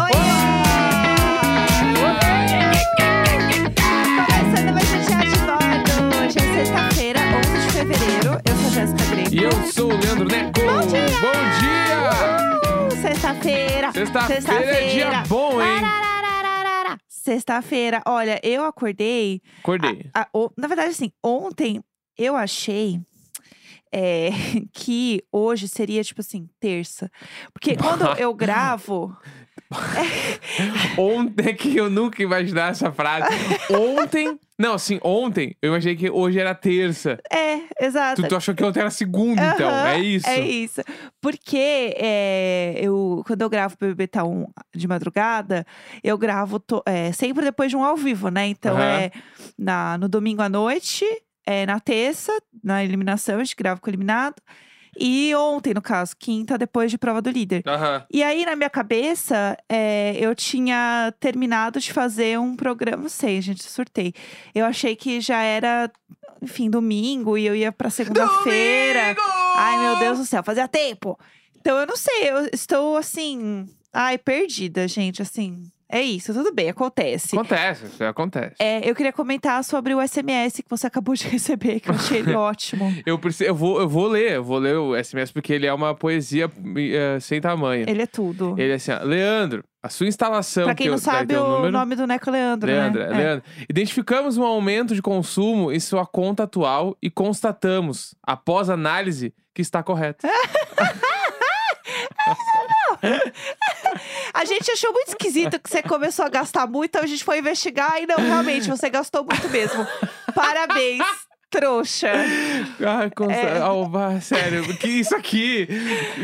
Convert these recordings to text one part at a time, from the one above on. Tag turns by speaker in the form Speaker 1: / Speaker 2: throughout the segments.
Speaker 1: um Terça-feira, 11 é de fevereiro. Eu sou Jéssica Greco.
Speaker 2: E eu sou o Leandro Neco. Bom dia!
Speaker 1: Uhul! Uh, Sexta-feira.
Speaker 2: Sexta-feira é dia bom, hein?
Speaker 1: Arararararara. Sexta-feira. Olha, eu acordei.
Speaker 2: Acordei.
Speaker 1: a- o- na verdade, assim, ontem eu achei. é, que hoje seria tipo assim, terça. Porque quando eu gravo.
Speaker 2: Ontem que eu nunca ia imaginar essa frase. Ontem. Não, assim, ontem eu imaginei que hoje era terça.
Speaker 1: É, exato.
Speaker 2: Tu, tu achou que ontem era segunda, então.
Speaker 1: Aham,
Speaker 2: É isso.
Speaker 1: É isso. Porque é, eu, quando eu gravo BBB Tá 1 de madrugada, eu gravo to- é, sempre depois de um ao vivo, né? Então
Speaker 2: Aham.
Speaker 1: é na, no domingo à noite, é na terça, na eliminação, a gente grava com o eliminado. E ontem, no caso, quinta, depois de prova do líder.
Speaker 2: Aham.
Speaker 1: E aí, na minha cabeça, é, eu tinha terminado de fazer um programa. Não sei, gente, surtei. Eu achei que já era, enfim, domingo e eu ia pra segunda-feira.
Speaker 2: Domingo!
Speaker 1: Ai, meu Deus do céu, fazia tempo. Então, eu não sei, eu estou assim. Ai, perdida, gente, assim. É isso, tudo bem, acontece.
Speaker 2: Acontece, isso acontece.
Speaker 1: É, eu queria comentar sobre o SMS que você acabou de receber, que eu achei ele ótimo.
Speaker 2: Eu, preciso, eu, vou, eu vou ler, eu vou ler o SMS porque ele é uma poesia eh, sem tamanho.
Speaker 1: Ele é tudo.
Speaker 2: Ele é assim, ó, Leandro, a sua instalação.
Speaker 1: Pra quem
Speaker 2: que
Speaker 1: não
Speaker 2: eu- daí
Speaker 1: sabe,
Speaker 2: tem é o
Speaker 1: o
Speaker 2: número.
Speaker 1: nome do Neco é Leandro,
Speaker 2: Leandra,
Speaker 1: né? É.
Speaker 2: Leandra, identificamos um aumento de consumo em sua conta atual e constatamos, após análise, que está correto.
Speaker 1: É. A gente achou muito esquisito que você começou a gastar muito, então a gente foi investigar e não, realmente, você gastou muito mesmo. Parabéns, trouxa.
Speaker 2: Ai, consta...
Speaker 1: É.
Speaker 2: Au, bah, sério, que isso aqui?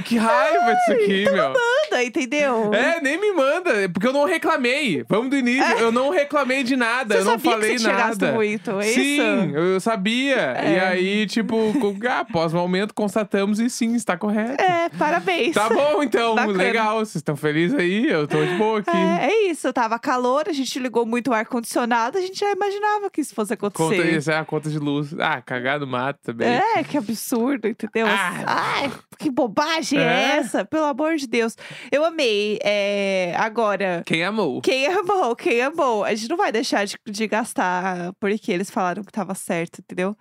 Speaker 2: Que raiva disso aqui,
Speaker 1: tá
Speaker 2: meu.
Speaker 1: Anda, entendeu?
Speaker 2: É, nem me manda, porque eu não reclamei. Vamos do início, eu não reclamei de nada,
Speaker 1: É. Você
Speaker 2: eu não
Speaker 1: sabia
Speaker 2: falei
Speaker 1: que você tinha gasto
Speaker 2: nada.
Speaker 1: muito, é
Speaker 2: sim,
Speaker 1: isso? É.
Speaker 2: eu sabia. E aí, tipo, com- ah, após o aumento, constatamos e sim, está correto.
Speaker 1: É, parabéns.
Speaker 2: Tá bom, então,
Speaker 1: Bacana.
Speaker 2: legal. Vocês estão felizes aí? Eu tô de boa aqui.
Speaker 1: É, é isso, tava calor, a gente ligou muito o ar-condicionado, a gente já imaginava que isso fosse acontecer.
Speaker 2: Conta isso, é a conta de luz. Ah, cagar no mato também.
Speaker 1: É, que absurdo, entendeu? Assim,
Speaker 2: Ah.
Speaker 1: Ai, que bobagem é,
Speaker 2: É.
Speaker 1: essa? Pelo amor de Deus. Eu amei. É, agora,
Speaker 2: Quem amou?
Speaker 1: Quem amou, quem amou. A gente não vai deixar de, de gastar porque eles falaram que tava certo, entendeu?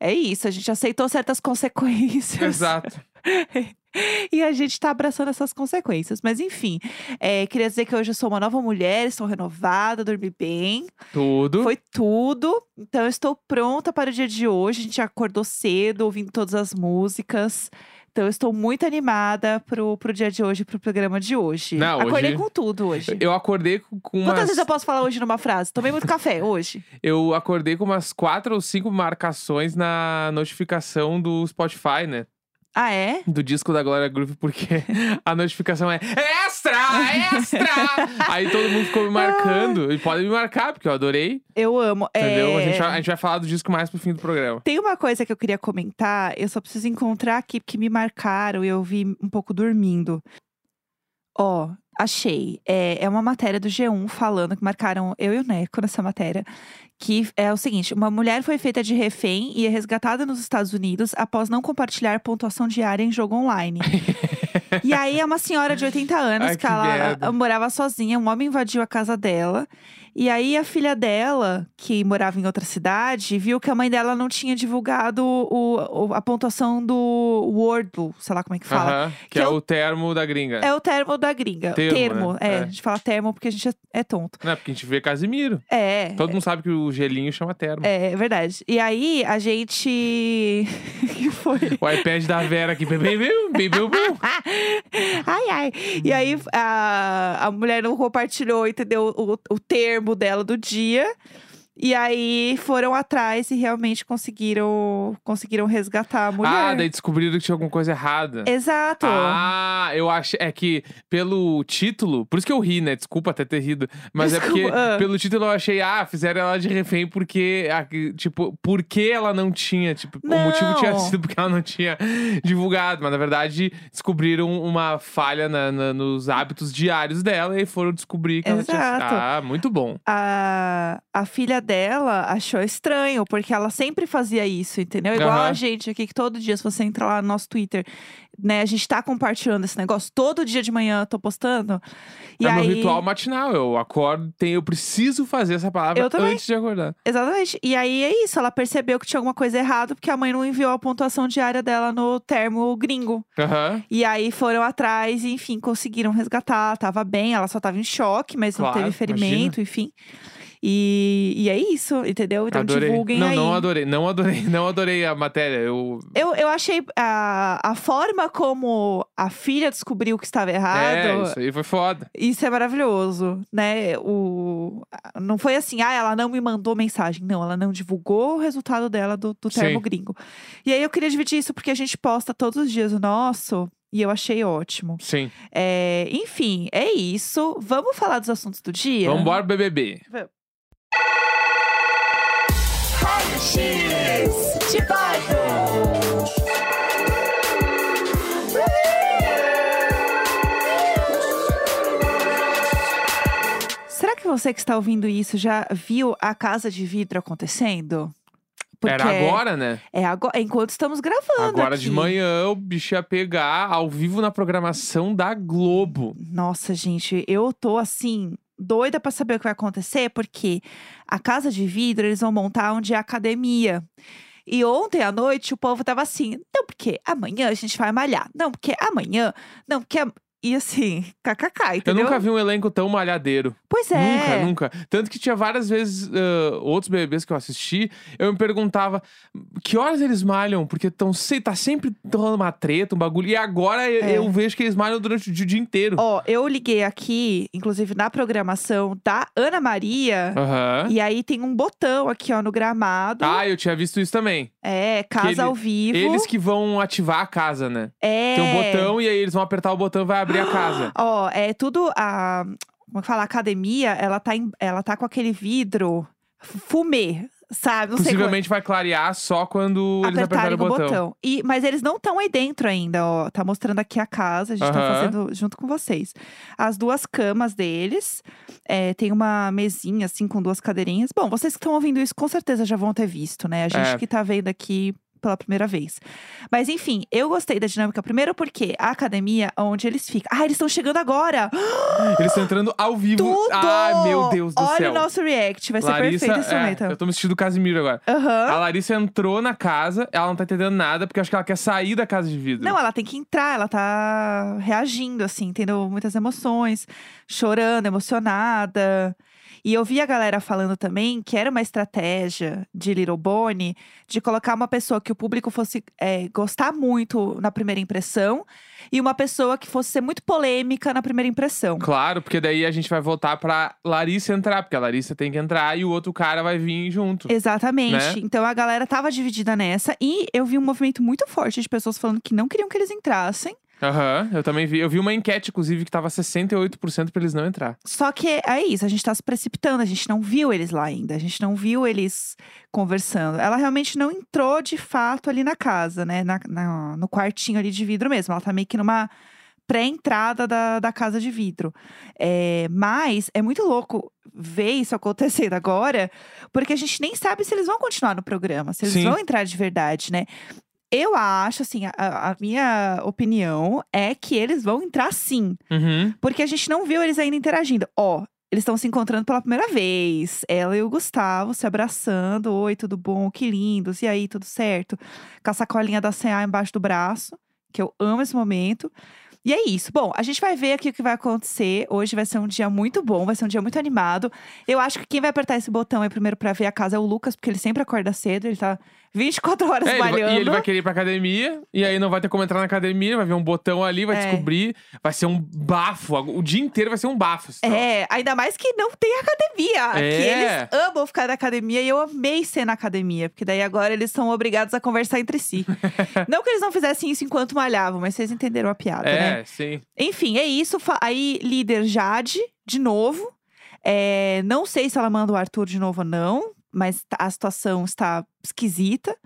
Speaker 1: É isso, a gente aceitou certas consequências.
Speaker 2: Exato.
Speaker 1: E a gente tá abraçando essas consequências. Mas enfim, é, queria dizer que hoje eu sou uma nova mulher, estou renovada, dormi bem.
Speaker 2: Tudo.
Speaker 1: Foi tudo. Então eu estou pronta para o dia de hoje. A gente acordou cedo, ouvindo todas as músicas. Então eu estou muito animada pro, pro dia de hoje, pro programa de hoje.
Speaker 2: Não, hoje-
Speaker 1: Acordei com tudo hoje.
Speaker 2: Eu acordei com com
Speaker 1: Quantas
Speaker 2: umas.
Speaker 1: vezes eu posso falar hoje numa frase? Tomei muito café hoje.
Speaker 2: Eu acordei com umas quatro ou cinco marcações na notificação do Spotify, né?
Speaker 1: Ah, é?
Speaker 2: Do disco da Glória Groove, porque a notificação é extra! Extra! Aí todo mundo ficou me marcando. E podem me marcar, porque eu adorei.
Speaker 1: Eu amo. É,
Speaker 2: Entendeu? A gente, vai- a gente vai falar do disco mais pro fim do programa.
Speaker 1: Tem uma coisa que eu queria comentar, eu só preciso encontrar aqui, porque me marcaram e eu vi um pouco dormindo. Ó, achei. É, é uma matéria do G1 falando que marcaram eu e o Neco nessa matéria. Que é o seguinte: uma mulher foi feita de refém e é resgatada nos Estados Unidos após não compartilhar pontuação diária em jogo online. e aí é uma senhora de 80 anos
Speaker 2: Ai,
Speaker 1: que
Speaker 2: que
Speaker 1: ela
Speaker 2: merda.
Speaker 1: morava sozinha, um homem invadiu a casa dela. E aí a filha dela, que morava em outra cidade, viu que a mãe dela não tinha divulgado o, o- a pontuação do Wordle, sei lá como é que fala.
Speaker 2: Aham, que,
Speaker 1: Que
Speaker 2: é
Speaker 1: eu-
Speaker 2: o termo da gringa.
Speaker 1: É o termo da gringa.
Speaker 2: Termo, né?
Speaker 1: É,
Speaker 2: É.
Speaker 1: a gente fala termo porque a gente é, é tonto.
Speaker 2: Não, porque a gente vê Casimiro.
Speaker 1: É.
Speaker 2: Todo mundo sabe que o gelinho chama termo.
Speaker 1: É, é verdade. E aí, a gente. que foi?
Speaker 2: O iPad da Vera aqui. Bim, bim, bim, bim, bim, bim.
Speaker 1: Ai, ai. E aí, a, a mulher não compartilhou, entendeu? O, o termo dela do dia. E aí, foram atrás e realmente conseguiram, conseguiram resgatar a mulher.
Speaker 2: Ah, daí descobriram que tinha alguma coisa errada.
Speaker 1: Exato.
Speaker 2: Ah, eu achei. É que pelo título. Por isso que eu ri, né? Desculpa até ter rido. Mas é
Speaker 1: Desculpa,
Speaker 2: porque
Speaker 1: ah.
Speaker 2: pelo título eu achei, ah, fizeram ela de refém porque. ah, que- Tipo, por que ela não tinha? Tipo, o motivo
Speaker 1: Não.
Speaker 2: tinha sido porque ela não tinha divulgado. Mas na verdade, descobriram uma falha na- na- nos hábitos diários dela e foram descobrir que ela tinha.
Speaker 1: Exato.
Speaker 2: Ah, muito bom.
Speaker 1: A, a filha dela achou estranho, porque ela sempre fazia isso, entendeu? Igual
Speaker 2: Aham.
Speaker 1: a gente aqui, que todo dia, se você entrar lá no nosso Twitter, né? A gente tá compartilhando esse negócio. Todo dia de manhã eu tô postando. E
Speaker 2: é
Speaker 1: aí,
Speaker 2: meu ritual matinal. Eu acordo, tenho, eu preciso fazer essa palavra
Speaker 1: Eu também.
Speaker 2: antes de acordar.
Speaker 1: Exatamente. E aí é isso, ela percebeu que tinha alguma coisa errada, porque a mãe não enviou a pontuação diária dela no termo gringo.
Speaker 2: Aham.
Speaker 1: E aí foram atrás e, enfim, conseguiram resgatar. Tava bem, ela só tava em choque, mas não
Speaker 2: Claro,
Speaker 1: teve ferimento, enfim. E, e é isso, entendeu? Então
Speaker 2: adorei.
Speaker 1: divulguem
Speaker 2: não,
Speaker 1: aí.
Speaker 2: não adorei, não adorei, não adorei a matéria. Eu,
Speaker 1: Eu, eu achei a, a forma como a filha descobriu que estava
Speaker 2: é,
Speaker 1: errado.
Speaker 2: isso aí foi foda.
Speaker 1: Isso é maravilhoso, né? O... Não foi assim, ah, ela não me mandou mensagem. Não, ela não divulgou o resultado dela do, do termo
Speaker 2: Sim.
Speaker 1: gringo. E aí eu queria dividir isso porque a gente posta todos os dias o nosso e eu achei ótimo.
Speaker 2: Sim.
Speaker 1: É, enfim, é isso. Vamos falar dos assuntos do dia?
Speaker 2: Vamos embora, BBB.
Speaker 1: Será que você que está ouvindo isso já viu a casa de vidro acontecendo?
Speaker 2: Era agora, né?
Speaker 1: É agora, enquanto estamos gravando.
Speaker 2: Agora de
Speaker 1: aqui.
Speaker 2: manhã o bicho ia pegar ao vivo na programação da Globo.
Speaker 1: Nossa, gente, eu tô assim, doida pra saber o que vai acontecer, porque a casa de vidro eles vão montar onde é a academia. E ontem à noite o povo tava assim, não, porque amanhã a gente vai malhar. Não, porque amanhã. Não, porque. am-" E assim, kkk,
Speaker 2: Eu
Speaker 1: entendeu?
Speaker 2: nunca vi um elenco tão malhadeiro.
Speaker 1: Pois é.
Speaker 2: Nunca, nunca. Tanto que tinha várias vezes ah, outros BBBs que eu assisti, eu me perguntava que horas eles malham, porque tão se, tá sempre rolando uma treta, um bagulho. E agora eu,
Speaker 1: É.
Speaker 2: eu vejo que eles malham durante o dia o dia inteiro.
Speaker 1: Ó, eu liguei aqui, inclusive na programação da Ana Maria.
Speaker 2: Aham.
Speaker 1: E aí tem um botão aqui, ó, no gramado.
Speaker 2: Ah, eu tinha visto isso também.
Speaker 1: é, casa
Speaker 2: ele-
Speaker 1: ao vivo.
Speaker 2: Eles que vão ativar a casa, né?
Speaker 1: É.
Speaker 2: Tem um botão e aí eles vão apertar o botão e vai abrir a casa.
Speaker 1: Ó, é tudo a. Como é que fala? A academia, ela tá, em- ela tá com aquele vidro fumê, sabe? Não sei como- é.
Speaker 2: Possivelmente vai clarear só quando eles apertarem
Speaker 1: Apertarem
Speaker 2: o
Speaker 1: o
Speaker 2: botão.
Speaker 1: E, mas eles não estão aí dentro ainda, ó. Tá mostrando aqui a casa, a gente tá
Speaker 2: Aham.
Speaker 1: fazendo junto com vocês. As duas camas deles. é, tem uma mesinha, assim, com duas cadeirinhas. Bom, vocês que estão ouvindo isso, com certeza já vão ter visto, né? A gente
Speaker 2: É.
Speaker 1: que tá vendo aqui pela primeira vez. Mas enfim, eu gostei da dinâmica primeiro porque a academia onde eles ficam. Ah, eles estão chegando agora.
Speaker 2: Eles estão entrando ao vivo.
Speaker 1: Tudo!
Speaker 2: Ah, meu Deus do
Speaker 1: Olha
Speaker 2: céu.
Speaker 1: o nosso react, vai ser
Speaker 2: Larissa,
Speaker 1: perfeito esse
Speaker 2: é,
Speaker 1: momento.
Speaker 2: Eu Ah, tô me sentindo Casimiro agora.
Speaker 1: Aham.
Speaker 2: A Larissa entrou na casa, ela não tá entendendo nada, porque eu acho que ela quer sair da casa de vidro.
Speaker 1: Não, ela tem que entrar, ela tá reagindo, assim, tendo muitas emoções, chorando, emocionada. E eu vi a galera falando também que era uma estratégia de Little Bonnie de colocar uma pessoa que o público fosse é, gostar muito na primeira impressão e uma pessoa que fosse ser muito polêmica na primeira impressão.
Speaker 2: Claro, porque daí a gente vai voltar pra Larissa entrar, porque a Larissa tem que entrar e o outro cara vai vir junto.
Speaker 1: Exatamente.
Speaker 2: né?
Speaker 1: Então a galera tava dividida nessa e eu vi um movimento muito forte de pessoas falando que não queriam que eles entrassem.
Speaker 2: Aham, eu também vi. Eu vi uma enquete, inclusive, que tava 68% pra eles não entrar.
Speaker 1: Só que é isso, a gente tá se precipitando, a gente não viu eles lá ainda, a gente não viu eles conversando. Ela realmente não entrou de fato ali na casa, né? na- na- no quartinho ali de vidro mesmo. Ela tá meio que numa pré-entrada da, da casa de vidro. É, mas é muito louco ver isso acontecendo agora, porque a gente nem sabe se eles vão continuar no programa, se eles
Speaker 2: Sim.
Speaker 1: vão entrar de verdade, né? Eu acho, assim, a- a- a minha opinião é que eles vão entrar sim.
Speaker 2: Uhum.
Speaker 1: Porque a gente não viu eles ainda interagindo. Ó, eles estão se encontrando pela primeira vez. Ela e o Gustavo se abraçando. Oi, tudo bom? Que lindos. E aí, tudo certo? Com a sacolinha da CA embaixo do braço, que eu amo esse momento. E é isso. Bom, a gente vai ver aqui o que vai acontecer. Hoje vai ser um dia muito bom, vai ser um dia muito animado. Eu acho que quem vai apertar esse botão aí primeiro pra ver a casa é o Lucas, porque ele sempre acorda cedo, ele tá 24 horas
Speaker 2: É, ele vai-
Speaker 1: malhando.
Speaker 2: e ele vai querer ir pra academia, e aí não vai ter como entrar na academia, vai ver um botão ali, vai
Speaker 1: É.
Speaker 2: descobrir. Vai ser um bafo. O dia inteiro vai ser um bafo. esse troço.
Speaker 1: É, ainda mais que não tem academia.
Speaker 2: É.
Speaker 1: Que eles amam ficar na academia e eu amei ser na academia, porque daí agora eles são obrigados a conversar entre si. não que eles não fizessem isso enquanto malhavam, mas vocês entenderam a piada, né?
Speaker 2: É, sim.
Speaker 1: Enfim, é isso. Fa- Aí, líder Jade, de novo. É, não sei se ela manda o Arthur de novo ou não, mas tá- a situação está esquisita.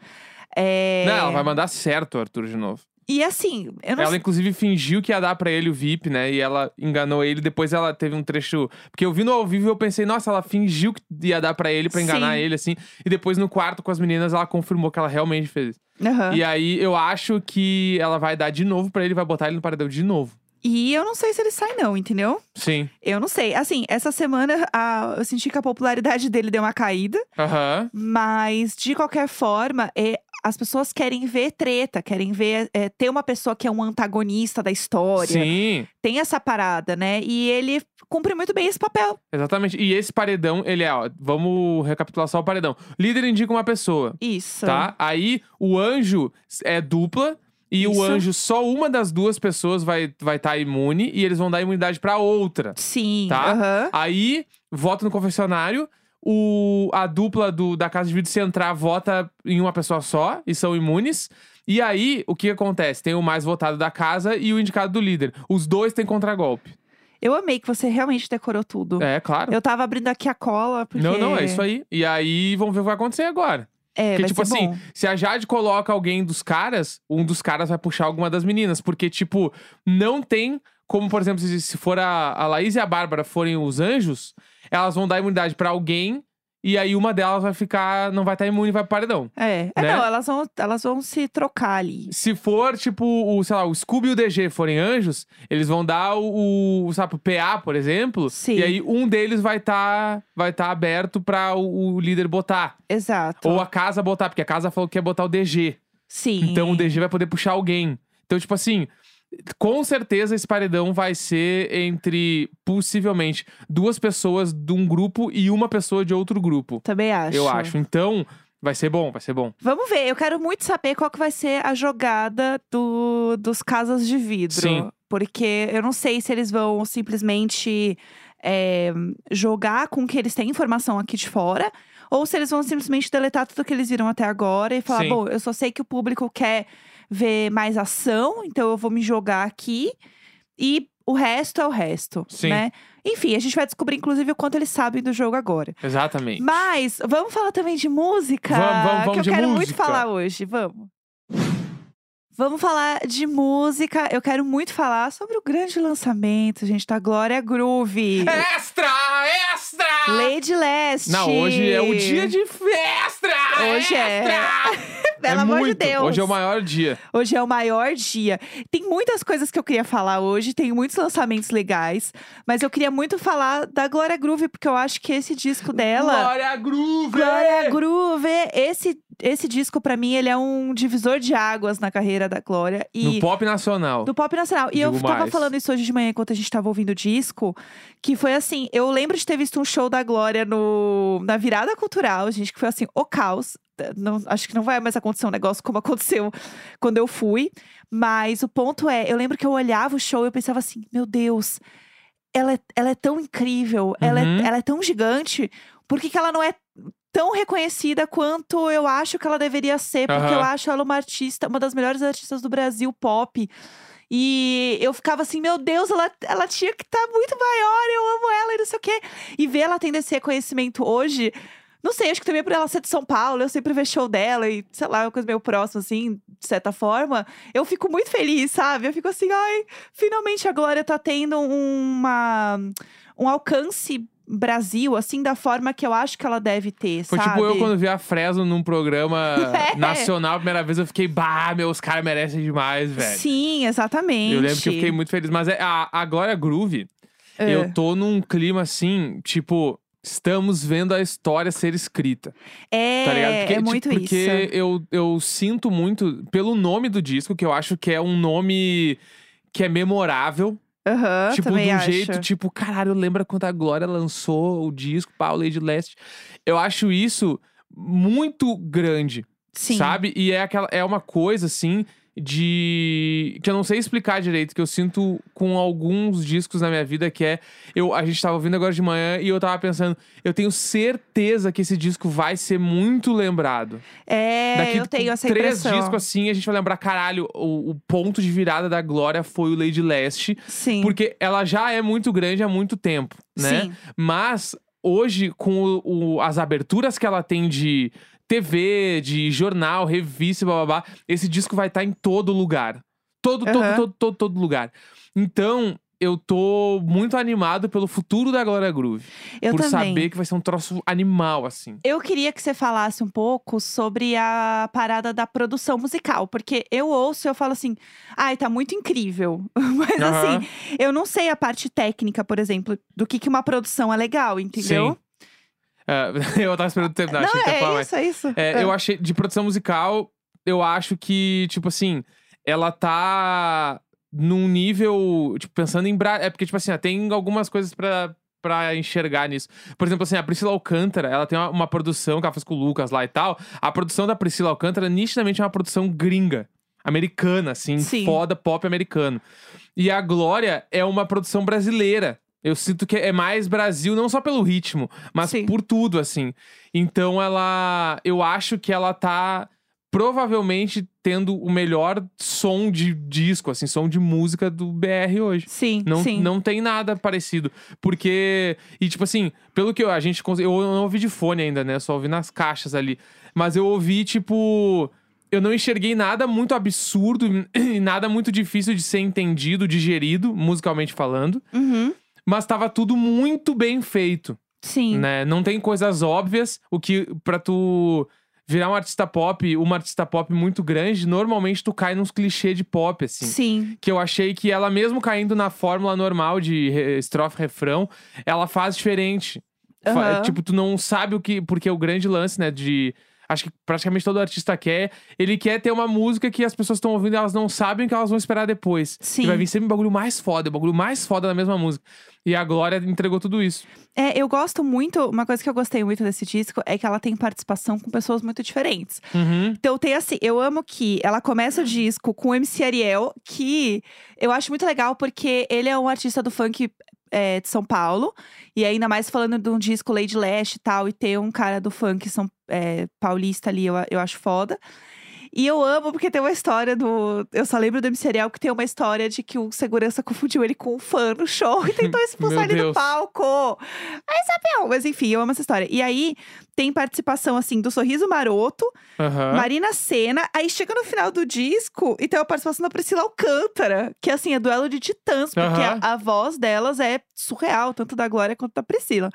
Speaker 1: É,
Speaker 2: Não, ela vai mandar certo o Arthur de novo.
Speaker 1: E assim, eu não
Speaker 2: Ela, inclusive, fingiu que ia dar pra ele o VIP, né? E ela enganou ele. Depois ela teve um trecho. Porque eu vi no ao vivo e eu pensei, nossa, ela fingiu que ia dar pra ele pra enganar
Speaker 1: Sim.
Speaker 2: ele, assim. E depois no quarto com as meninas, ela confirmou que ela realmente fez. isso.
Speaker 1: Aham.
Speaker 2: E aí eu acho que ela vai dar de novo pra ele, vai botar ele no paredão de novo.
Speaker 1: E eu não sei se ele sai, não, entendeu?
Speaker 2: Sim.
Speaker 1: Eu não sei. Assim, essa semana a- eu senti que a popularidade dele deu uma caída.
Speaker 2: Aham.
Speaker 1: Mas, de qualquer forma, é, as pessoas querem ver treta, querem ver é, ter uma pessoa que é um antagonista da história.
Speaker 2: Sim.
Speaker 1: Tem essa parada, né? E ele cumpre muito bem esse papel.
Speaker 2: Exatamente. E esse paredão, ele é, ó. Vamos recapitular só o paredão. Líder indica uma pessoa.
Speaker 1: Isso.
Speaker 2: Tá? Aí o anjo é dupla. E
Speaker 1: Isso.
Speaker 2: o anjo, só uma das duas pessoas vai estar vai tá imune e eles vão dar imunidade pra outra.
Speaker 1: Sim.
Speaker 2: Tá?
Speaker 1: aham.
Speaker 2: Aí, vota no confessionário. O, a dupla do, da casa de vídeo se entrar vota em uma pessoa só e são imunes. E aí, o que acontece? Tem o mais votado da casa e o indicado do líder. Os dois têm contragolpe.
Speaker 1: Eu amei que você realmente decorou tudo.
Speaker 2: É, claro.
Speaker 1: Eu tava abrindo aqui a cola, porque.
Speaker 2: Não, não, é isso aí. E aí, vamos ver o que vai acontecer agora.
Speaker 1: É,
Speaker 2: Porque,
Speaker 1: vai
Speaker 2: tipo
Speaker 1: ser
Speaker 2: assim,
Speaker 1: bom.
Speaker 2: se a Jade coloca alguém dos caras, um dos caras vai puxar alguma das meninas. Porque, tipo, não tem como, por exemplo, se, se for a, a Laís e a Bárbara forem os anjos, elas vão dar imunidade pra alguém e aí uma delas vai ficar, não vai estar imune e vai pro paredão.
Speaker 1: É, É,
Speaker 2: né?
Speaker 1: não, elas vão, elas vão se trocar ali.
Speaker 2: Se for, tipo, o, sei lá, o Scooby e o DG forem anjos, eles vão dar o, o sabe, o PA, por exemplo.
Speaker 1: Sim.
Speaker 2: E aí um deles vai estar vai tá aberto pra o, o líder botar.
Speaker 1: Exato.
Speaker 2: Ou a casa botar, porque a casa falou que ia botar o DG.
Speaker 1: Sim.
Speaker 2: Então o DG vai poder puxar alguém. Então, tipo assim, com certeza esse paredão vai ser entre, possivelmente, duas pessoas de um grupo e uma pessoa de outro grupo.
Speaker 1: Também acho.
Speaker 2: Eu acho. Então, vai ser bom, vai ser bom.
Speaker 1: Vamos ver, eu quero muito saber qual que vai ser a jogada do, dos casas de vidro.
Speaker 2: Sim.
Speaker 1: Porque eu não sei se eles vão simplesmente é, jogar com o que eles têm informação aqui de fora. Ou se eles vão simplesmente deletar tudo que eles viram até agora e falar:
Speaker 2: Sim.
Speaker 1: bom, eu só sei que o público quer ver mais ação, então eu vou me jogar aqui. E o resto é o resto,
Speaker 2: Sim.
Speaker 1: né? Enfim, a gente vai descobrir, inclusive, o quanto eles sabem do jogo agora.
Speaker 2: Exatamente.
Speaker 1: Mas vamos falar também de música.
Speaker 2: Vamos, vamos, vamos
Speaker 1: que eu
Speaker 2: de
Speaker 1: quero muito
Speaker 2: música.
Speaker 1: falar hoje. Vamos. Vamos falar de música. Eu quero muito falar sobre o grande lançamento, gente, da Glória Groove.
Speaker 2: Extra! Extra!
Speaker 1: Lady Leste.
Speaker 2: É. Não, hoje é o dia de festa!
Speaker 1: Hoje é.
Speaker 2: extra!
Speaker 1: Pelo
Speaker 2: é
Speaker 1: amor
Speaker 2: muito.
Speaker 1: de Deus.
Speaker 2: Hoje é o maior dia.
Speaker 1: Hoje é o maior dia. Tem muitas coisas que eu queria falar hoje, tem muitos lançamentos legais, mas eu queria muito falar da Glória Groove, porque eu acho que esse disco dela.
Speaker 2: Glória Groove!
Speaker 1: Glória Groove! Esse, esse disco, pra mim, ele é um divisor de águas na carreira da Glória.
Speaker 2: No
Speaker 1: E
Speaker 2: pop nacional.
Speaker 1: do pop nacional. E eu
Speaker 2: Digo
Speaker 1: tava
Speaker 2: mais.
Speaker 1: falando isso hoje de manhã, enquanto a gente tava ouvindo o disco, que foi assim: eu lembro de ter visto um show da Glória no, na virada cultural, gente, que foi assim, o caos. Não- acho que não vai mais acontecer um negócio como aconteceu quando eu fui. Mas o ponto é, eu lembro que eu olhava o show e eu pensava assim, meu Deus, ela é, ela é tão incrível, ela,
Speaker 2: Uhum.
Speaker 1: é, ela é tão gigante, por que, que ela não é tão reconhecida quanto eu acho que ela deveria ser? Porque eu
Speaker 2: Aham.
Speaker 1: acho ela uma artista, uma das melhores artistas do Brasil pop. E eu ficava assim, meu Deus, ela, ela tinha que estar muito maior, eu amo ela e não sei o quê. E ver ela tendo esse reconhecimento hoje, não sei, acho que também por ela ser de São Paulo, eu sempre vejo show dela e, sei lá, uma coisa meio próxima, assim, de certa forma. Eu fico muito feliz, sabe? Eu fico assim, ai, finalmente a Glória tá tendo uma, um alcance Brasil, assim, da forma que eu acho que ela deve ter,
Speaker 2: Foi
Speaker 1: sabe?
Speaker 2: tipo eu quando vi a Fresno num programa
Speaker 1: É.
Speaker 2: nacional a primeira vez, eu fiquei, bah, meus caras merecem demais, velho.
Speaker 1: Sim, exatamente.
Speaker 2: Eu lembro que eu fiquei muito feliz. Mas é, a, a Glória Groove,
Speaker 1: É.
Speaker 2: eu tô num clima assim, tipo, estamos vendo a história ser escrita.
Speaker 1: É,
Speaker 2: tá ligado? Porque,
Speaker 1: é
Speaker 2: tipo,
Speaker 1: muito
Speaker 2: porque
Speaker 1: isso.
Speaker 2: Eu, eu sinto muito, pelo nome do disco, que eu acho que é um nome que é memorável.
Speaker 1: Aham,
Speaker 2: tipo,
Speaker 1: também
Speaker 2: de um
Speaker 1: acho.
Speaker 2: jeito, tipo, caralho, lembra quando a Glória lançou o disco, pá, o Lady Leste. Eu acho isso muito grande.
Speaker 1: Sim.
Speaker 2: Sabe? E é, aquela, é uma coisa, assim, de. que eu não sei explicar direito, que eu sinto com alguns discos na minha vida, que é. Eu, a gente tava ouvindo agora de manhã e eu tava pensando, eu tenho certeza que esse disco vai ser muito lembrado.
Speaker 1: É,
Speaker 2: Daqui
Speaker 1: eu tenho essa
Speaker 2: três
Speaker 1: impressão.
Speaker 2: discos assim, a gente vai lembrar, caralho, o, o ponto de virada da Glória foi o Lady Leste,
Speaker 1: Sim.
Speaker 2: porque ela já é muito grande há muito tempo, né?
Speaker 1: Sim.
Speaker 2: Mas hoje, com o- o- as aberturas que ela tem de TV, de jornal, revista, e blá, blá, blá, esse disco vai estar em tá todo lugar. Todo,
Speaker 1: Aham.
Speaker 2: todo, todo, todo, todo lugar. Então, eu tô muito animado pelo futuro da Glória Groove.
Speaker 1: Eu
Speaker 2: por
Speaker 1: também.
Speaker 2: saber que vai ser um troço animal, assim.
Speaker 1: Eu queria que você falasse um pouco sobre a parada da produção musical, porque eu ouço e eu falo assim, ai, tá muito incrível. Mas
Speaker 2: Aham.
Speaker 1: assim, eu não sei a parte técnica, por exemplo, do que, que uma produção é legal, entendeu?
Speaker 2: Sim. Ah, eu tava esperando terminar, achei
Speaker 1: não,
Speaker 2: que ia
Speaker 1: é
Speaker 2: falar mais.
Speaker 1: isso, é isso.
Speaker 2: É,
Speaker 1: É.
Speaker 2: Eu achei, de produção musical, eu acho que, tipo assim, ela tá num nível, tipo, pensando em... Bra... É porque, tipo assim, ó, tem algumas coisas pra, pra enxergar nisso. Por exemplo, assim, a Priscila Alcântara, ela tem uma, uma produção que ela fez com o Lucas lá e tal. A produção da Priscila Alcântara, nitidamente, é uma produção gringa. Americana, assim,
Speaker 1: Sim.
Speaker 2: foda, pop americano. E a Glória é uma produção brasileira. Eu sinto que é mais Brasil, não só pelo ritmo, mas
Speaker 1: Sim.
Speaker 2: por tudo, assim. Então ela. Eu acho que ela tá provavelmente tendo o melhor som de disco, assim, som de música do BR hoje.
Speaker 1: Ah, Sim,
Speaker 2: Não,
Speaker 1: sim.
Speaker 2: não tem nada parecido. Porque. E, tipo assim, pelo que eu, a gente. cons- Eu não ouvi de fone ainda, né? Só ouvi nas caixas ali. Mas eu ouvi, tipo. Eu não enxerguei nada muito absurdo e nada muito difícil de ser entendido, digerido, musicalmente falando.
Speaker 1: Uhum,
Speaker 2: Mas tava tudo muito bem feito,
Speaker 1: sim.
Speaker 2: né? Não tem coisas óbvias, o que pra tu virar um artista pop, uma artista pop muito grande, normalmente tu cai nos clichês de pop, assim
Speaker 1: Sim,
Speaker 2: que eu achei que ela, mesmo caindo na fórmula normal de re- estrofe refrão, ela faz diferente. Fa-
Speaker 1: Aham.
Speaker 2: Tipo, tu não sabe o que. Porque o grande lance, né? De. Acho que praticamente todo artista quer. Ele quer ter uma música que as pessoas estão ouvindo e elas não sabem o que elas vão esperar depois.
Speaker 1: Sim.
Speaker 2: E vai vir sempre um bagulho mais foda, o bagulho mais foda da mesma música. E a Glória entregou tudo isso.
Speaker 1: É, eu gosto muito, uma coisa que eu gostei muito desse disco é que ela tem participação com pessoas muito diferentes.
Speaker 2: Uhum.
Speaker 1: Então tem assim, eu amo que ela começa o disco com o MC Ariel, que eu acho muito legal porque ele é um artista do funk é, de São Paulo. E ainda mais falando de um disco Lady Lash e tal, e ter um cara do funk são, é, paulista ali, eu, a- eu acho foda. E eu amo porque tem uma história do. Eu só lembro do MC Ariel que tem uma história de que o segurança confundiu ele com um fã no show e tentou expulsar ele do
Speaker 2: Deus.
Speaker 1: palco. Aí, sabe, mas enfim, eu amo essa história. E aí tem participação, assim, do Sorriso Maroto,
Speaker 2: Aham.
Speaker 1: Marina Senna, aí chega no final do disco e tem a participação da Priscila Alcântara, que assim, é duelo de titãs, porque
Speaker 2: Aham.
Speaker 1: a, a voz delas é surreal, tanto da Glória quanto da Priscila.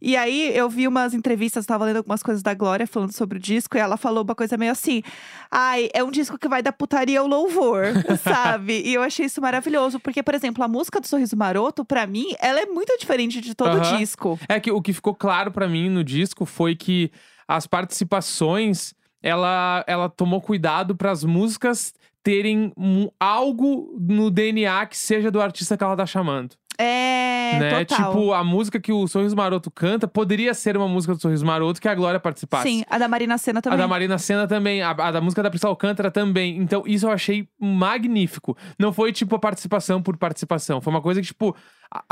Speaker 1: E aí eu vi umas entrevistas, tava lendo algumas coisas da Glória falando sobre o disco, e ela falou uma coisa meio assim: ai, é um disco que vai da putaria ao louvor, sabe? E eu achei isso maravilhoso, porque, por exemplo, a música do Sorriso Maroto, pra mim, ela é muito diferente de todo
Speaker 2: Aham.
Speaker 1: disco.
Speaker 2: É que o que ficou claro pra mim no disco foi que as participações, ela, ela tomou cuidado para as músicas terem um- algo no DNA que seja do artista que ela tá chamando.
Speaker 1: É.
Speaker 2: né?
Speaker 1: total.
Speaker 2: Tipo, a música que o Sorriso Maroto canta poderia ser uma música do Sorriso Maroto que a Glória participasse.
Speaker 1: Sim, a da Marina Senna
Speaker 2: A
Speaker 1: também.
Speaker 2: da Marina Senna também, a, a da música da Priscila Alcântara também. Então, isso eu achei magnífico. Não foi, tipo, a participação por participação. Foi uma coisa que, tipo, a-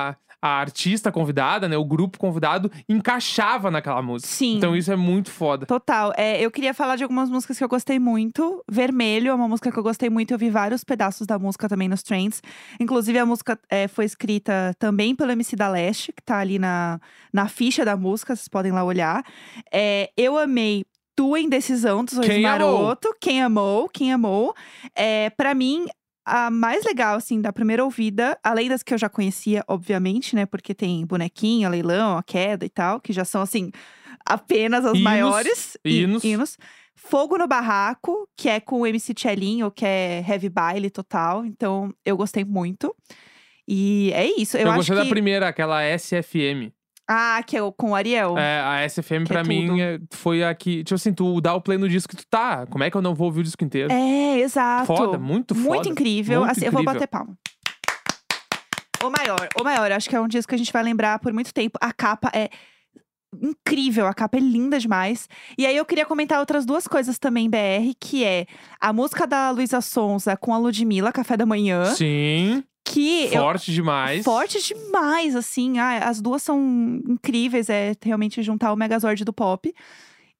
Speaker 2: a, a artista convidada, né? O grupo convidado encaixava naquela música.
Speaker 1: Sim.
Speaker 2: Então, isso é muito foda.
Speaker 1: Total. É, eu queria falar de algumas músicas que eu gostei muito. Vermelho é uma música que eu gostei muito. Eu vi vários pedaços da música também nos trends. Inclusive, a música é, foi escrita também pelo MC da Leste, que tá ali na, na ficha da música, vocês podem lá olhar. É, eu amei. Tua indecisão dos Sorriso
Speaker 2: Quem amou?
Speaker 1: Maroto. Quem amou? Quem amou? É, para mim, a mais legal, assim, da primeira ouvida, além das que eu já conhecia, obviamente, né? Porque tem bonequinho, a leilão, a queda e tal, que já são, assim, apenas as
Speaker 2: Hinos,
Speaker 1: maiores. hi-
Speaker 2: hinos.
Speaker 1: Fogo no Barraco, que é com o MC Tchelinho, que é heavy baile total. Então, eu gostei muito. E é isso. Eu, acho
Speaker 2: gostei
Speaker 1: que.
Speaker 2: da primeira, aquela SFM.
Speaker 1: Ah, que é o- com o Ariel.
Speaker 2: É, a SFM,
Speaker 1: Que é
Speaker 2: pra
Speaker 1: tudo.
Speaker 2: mim, é- foi a que... Tipo assim, tu dá o play no disco e tu tá. Como é que eu não vou ouvir o disco inteiro?
Speaker 1: É, exato.
Speaker 2: Foda, muito foda.
Speaker 1: Muito incrível.
Speaker 2: Muito
Speaker 1: assim, Eu vou
Speaker 2: incrível.
Speaker 1: bater palma. O maior, o maior. Acho que é um disco que a gente vai lembrar por muito tempo. A capa é incrível, a capa é linda demais. E aí eu queria comentar outras duas coisas também, BR, que é a música da Luísa Sonza com a Ludmilla, Café da Manhã.
Speaker 2: Sim,
Speaker 1: Que eu
Speaker 2: forte demais.
Speaker 1: Forte demais, assim. Ah, as duas são incríveis, é realmente juntar o Megazord do pop.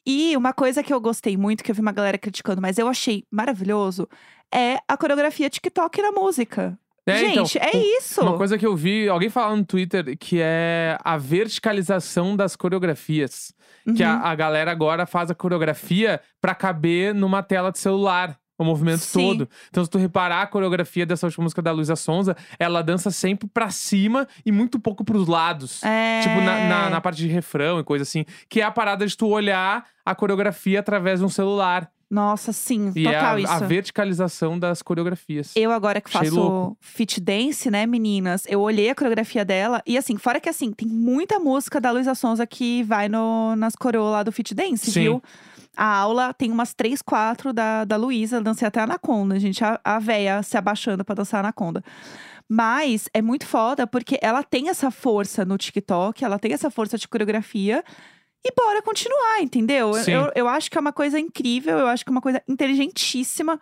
Speaker 1: E uma coisa que eu gostei muito, que eu vi uma galera criticando, mas eu achei maravilhoso, é a coreografia TikTok na música.
Speaker 2: É, então,
Speaker 1: Gente, é
Speaker 2: o-
Speaker 1: isso.
Speaker 2: Uma coisa que eu vi alguém falar no Twitter que é a verticalização das coreografias. Que a,
Speaker 1: Uhum.
Speaker 2: a galera agora faz a coreografia pra caber numa tela de celular. O movimento
Speaker 1: Sim.
Speaker 2: todo. Então, se tu reparar a coreografia dessa última música da Luísa Sonza, ela dança sempre pra cima e muito pouco pros lados.
Speaker 1: É...
Speaker 2: Tipo, na, na, na parte de refrão e coisa assim. Que é a parada de tu olhar a coreografia através de um celular.
Speaker 1: Nossa, sim,
Speaker 2: E
Speaker 1: total
Speaker 2: é a-
Speaker 1: isso.
Speaker 2: a, verticalização das coreografias.
Speaker 1: Eu agora que
Speaker 2: Achei
Speaker 1: faço
Speaker 2: louco.
Speaker 1: fit dance, né, meninas? Eu olhei a coreografia dela e assim, fora que assim, tem muita música da Luísa Sonza que vai no, nas coroas lá do fit dance,
Speaker 2: Sim.
Speaker 1: viu? A aula tem umas três, quatro da, da Luísa, dancei até a Anaconda, gente, a, a véia se abaixando pra dançar Anaconda. Mas é muito foda porque ela tem essa força no TikTok, ela tem essa força de coreografia. E bora continuar, entendeu? Eu-
Speaker 2: Sim.
Speaker 1: Eu, eu acho que é uma coisa incrível, eu acho que é uma coisa inteligentíssima.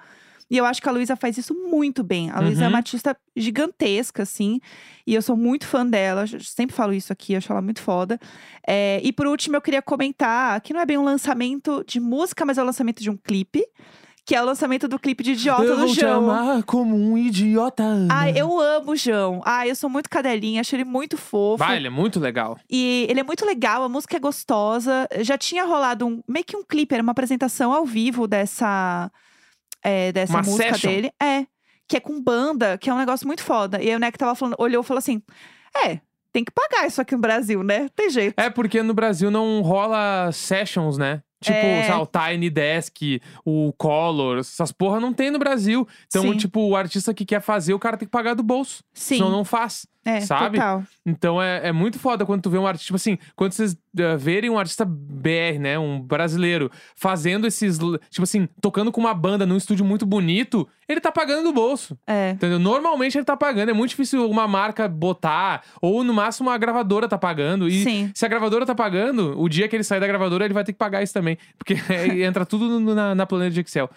Speaker 1: E eu acho que a Luísa faz isso muito bem. A Luísa é
Speaker 2: Uhum.
Speaker 1: uma artista gigantesca, assim. E eu sou muito fã dela. eu Sempre falo isso aqui, eu acho ela muito foda. É, e por último, eu queria comentar que não é bem um lançamento de música, mas é o lançamento de um clipe. Que é o lançamento do clipe de Idiota
Speaker 2: Eu
Speaker 1: do
Speaker 2: vou te
Speaker 1: João.
Speaker 2: amar como um idiota. Ana.
Speaker 1: Ai, eu amo o João. Ai, eu sou muito cadelinha, acho ele muito fofo.
Speaker 2: Vai, ele é muito legal.
Speaker 1: E ele é muito legal, a música é gostosa. Já tinha rolado um, meio que um clipe, era uma apresentação ao vivo dessa, é, dessa
Speaker 2: Uma
Speaker 1: música
Speaker 2: session.
Speaker 1: dele. É. Que é com banda, que é um negócio muito foda. E aí o Neck tava falando, olhou e falou assim: É, tem que pagar isso aqui no Brasil, né? Tem jeito.
Speaker 2: É porque no Brasil não rola sessions, né? Tipo,
Speaker 1: É.
Speaker 2: sei lá, o Tiny Desk, o Color, essas porra não tem no Brasil. Então,
Speaker 1: Sim.
Speaker 2: tipo, o artista que quer fazer, o cara tem que pagar do bolso.
Speaker 1: Sim.
Speaker 2: Senão não faz.
Speaker 1: é,
Speaker 2: sabe?
Speaker 1: total.
Speaker 2: Então é, é muito foda quando tu vê um artista, tipo assim, quando vocês eh, verem um artista BR, né, um brasileiro, fazendo esses, l- tipo assim, tocando com uma banda num estúdio muito bonito, ele tá pagando do bolso,
Speaker 1: É.
Speaker 2: entendeu? Normalmente ele tá pagando, é muito difícil uma marca botar, ou no máximo uma gravadora tá pagando, e
Speaker 1: Sim.
Speaker 2: se a gravadora tá pagando, o dia que ele sair da gravadora, ele vai ter que pagar isso também. Porque entra tudo no- na, na planilha de Excel.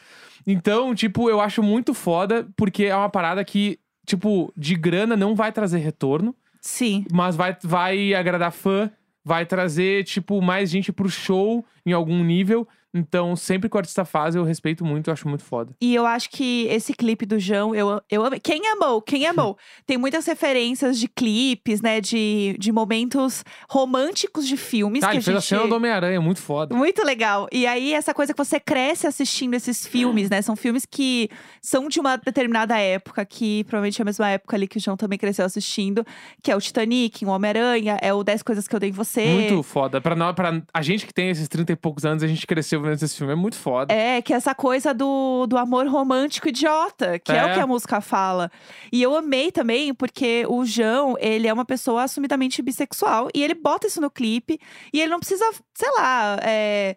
Speaker 2: Então, tipo, eu acho muito foda, porque é uma parada que, tipo, de grana não vai trazer retorno,
Speaker 1: Sim.
Speaker 2: mas vai, vai agradar fã, vai trazer, tipo, mais gente pro show em algum nível. Então, sempre que o artista faz, eu respeito muito, eu acho muito foda.
Speaker 1: E eu acho que esse clipe do João, eu, eu amei. Quem amou? Quem amou? Tem muitas referências de clipes, né? De, de momentos românticos de filmes.
Speaker 2: Ah,
Speaker 1: que
Speaker 2: ele
Speaker 1: a
Speaker 2: fez a
Speaker 1: gente...
Speaker 2: cena do Homem-Aranha, muito foda.
Speaker 1: Muito legal. E aí, essa coisa que você cresce assistindo esses filmes, né? São filmes que são de uma determinada época, que provavelmente é a mesma época ali que o João também cresceu assistindo, que é o Titanic, o Homem-Aranha, é o 10 Coisas que Eu Dei em Você.
Speaker 2: Muito foda. Pra, nós, pra a gente que tem esses 30 e poucos anos, a gente cresceu vendo esse filme, é muito foda.
Speaker 1: É, que é essa coisa do, do amor romântico idiota, que é. o
Speaker 2: É.
Speaker 1: que a música fala. E eu amei também, porque o João, ele é uma pessoa assumidamente bissexual. E ele bota isso no clipe. E ele não precisa, sei lá, é,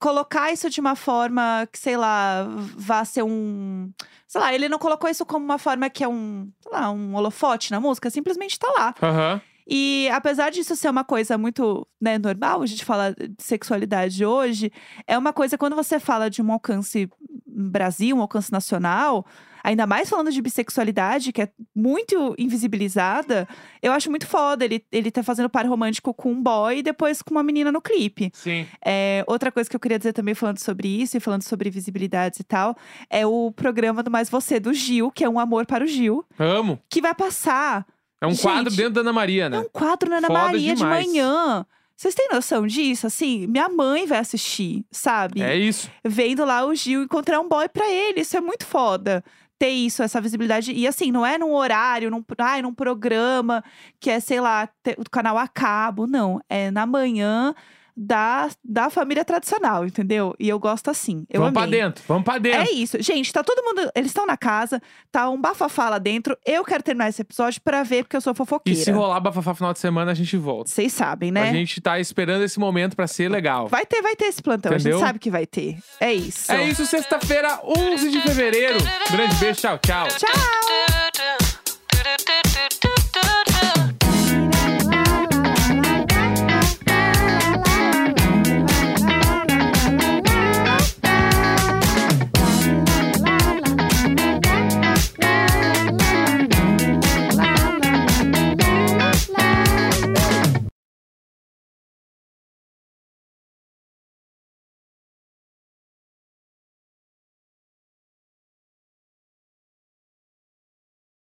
Speaker 1: colocar isso de uma forma que, sei lá, vá ser um. Sei lá, ele não colocou isso como uma forma que é um, sei lá, um holofote na música. Simplesmente tá lá.
Speaker 2: Aham.
Speaker 1: E apesar disso ser uma coisa muito né, normal, a gente fala de sexualidade hoje, é uma coisa quando você fala de um alcance Brasil, um alcance nacional, ainda mais falando de bissexualidade, que é muito invisibilizada, eu acho muito foda ele, ele tá fazendo par romântico com um boy e depois com uma menina no clipe.
Speaker 2: Sim.
Speaker 1: É, outra coisa que eu queria dizer também, falando sobre isso e falando sobre visibilidades e tal, é o programa do Mais Você, do Gil, que é um amor para o Gil,
Speaker 2: Amo.
Speaker 1: que vai passar
Speaker 2: É um
Speaker 1: Gente,
Speaker 2: quadro dentro da Ana Maria, né?
Speaker 1: é um quadro na Ana
Speaker 2: Foda
Speaker 1: Maria
Speaker 2: demais.
Speaker 1: de manhã. Vocês têm noção disso? Assim, minha mãe vai assistir, sabe?
Speaker 2: É isso.
Speaker 1: Vendo lá o Gil encontrar um boy pra ele. Isso é muito foda. Ter isso, essa visibilidade. E assim, não é num horário, num, ai, num programa que é, sei lá, te- o canal a cabo. Não. É na manhã da, da família tradicional, entendeu? E eu gosto assim. Eu
Speaker 2: vamos
Speaker 1: amei.
Speaker 2: pra dentro, vamos pra dentro.
Speaker 1: É isso. Gente, tá todo mundo. Eles estão na casa, tá um bafafá lá dentro. Eu quero terminar esse episódio pra ver, porque eu sou
Speaker 2: e
Speaker 1: fofoqueira.
Speaker 2: se rolar bafafá final de semana, a gente volta.
Speaker 1: Vocês sabem, né?
Speaker 2: A gente tá esperando esse momento pra ser legal.
Speaker 1: Vai ter, vai ter esse plantão. A
Speaker 2: Entendeu?
Speaker 1: gente sabe que vai ter. É isso.
Speaker 2: É isso, sexta-feira, 11 de fevereiro. Grande beijo, tchau, tchau.
Speaker 1: Tchau!